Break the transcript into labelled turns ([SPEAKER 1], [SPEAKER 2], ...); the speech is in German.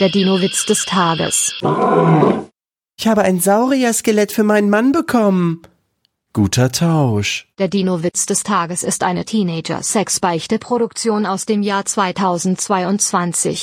[SPEAKER 1] Der Dino-Witz des Tages.
[SPEAKER 2] Ich habe ein Saurierskelett für meinen Mann bekommen. Guter Tausch.
[SPEAKER 1] Der Dino-Witz des Tages ist eine Teenager-Sex-Beichte-Produktion aus dem Jahr 2022.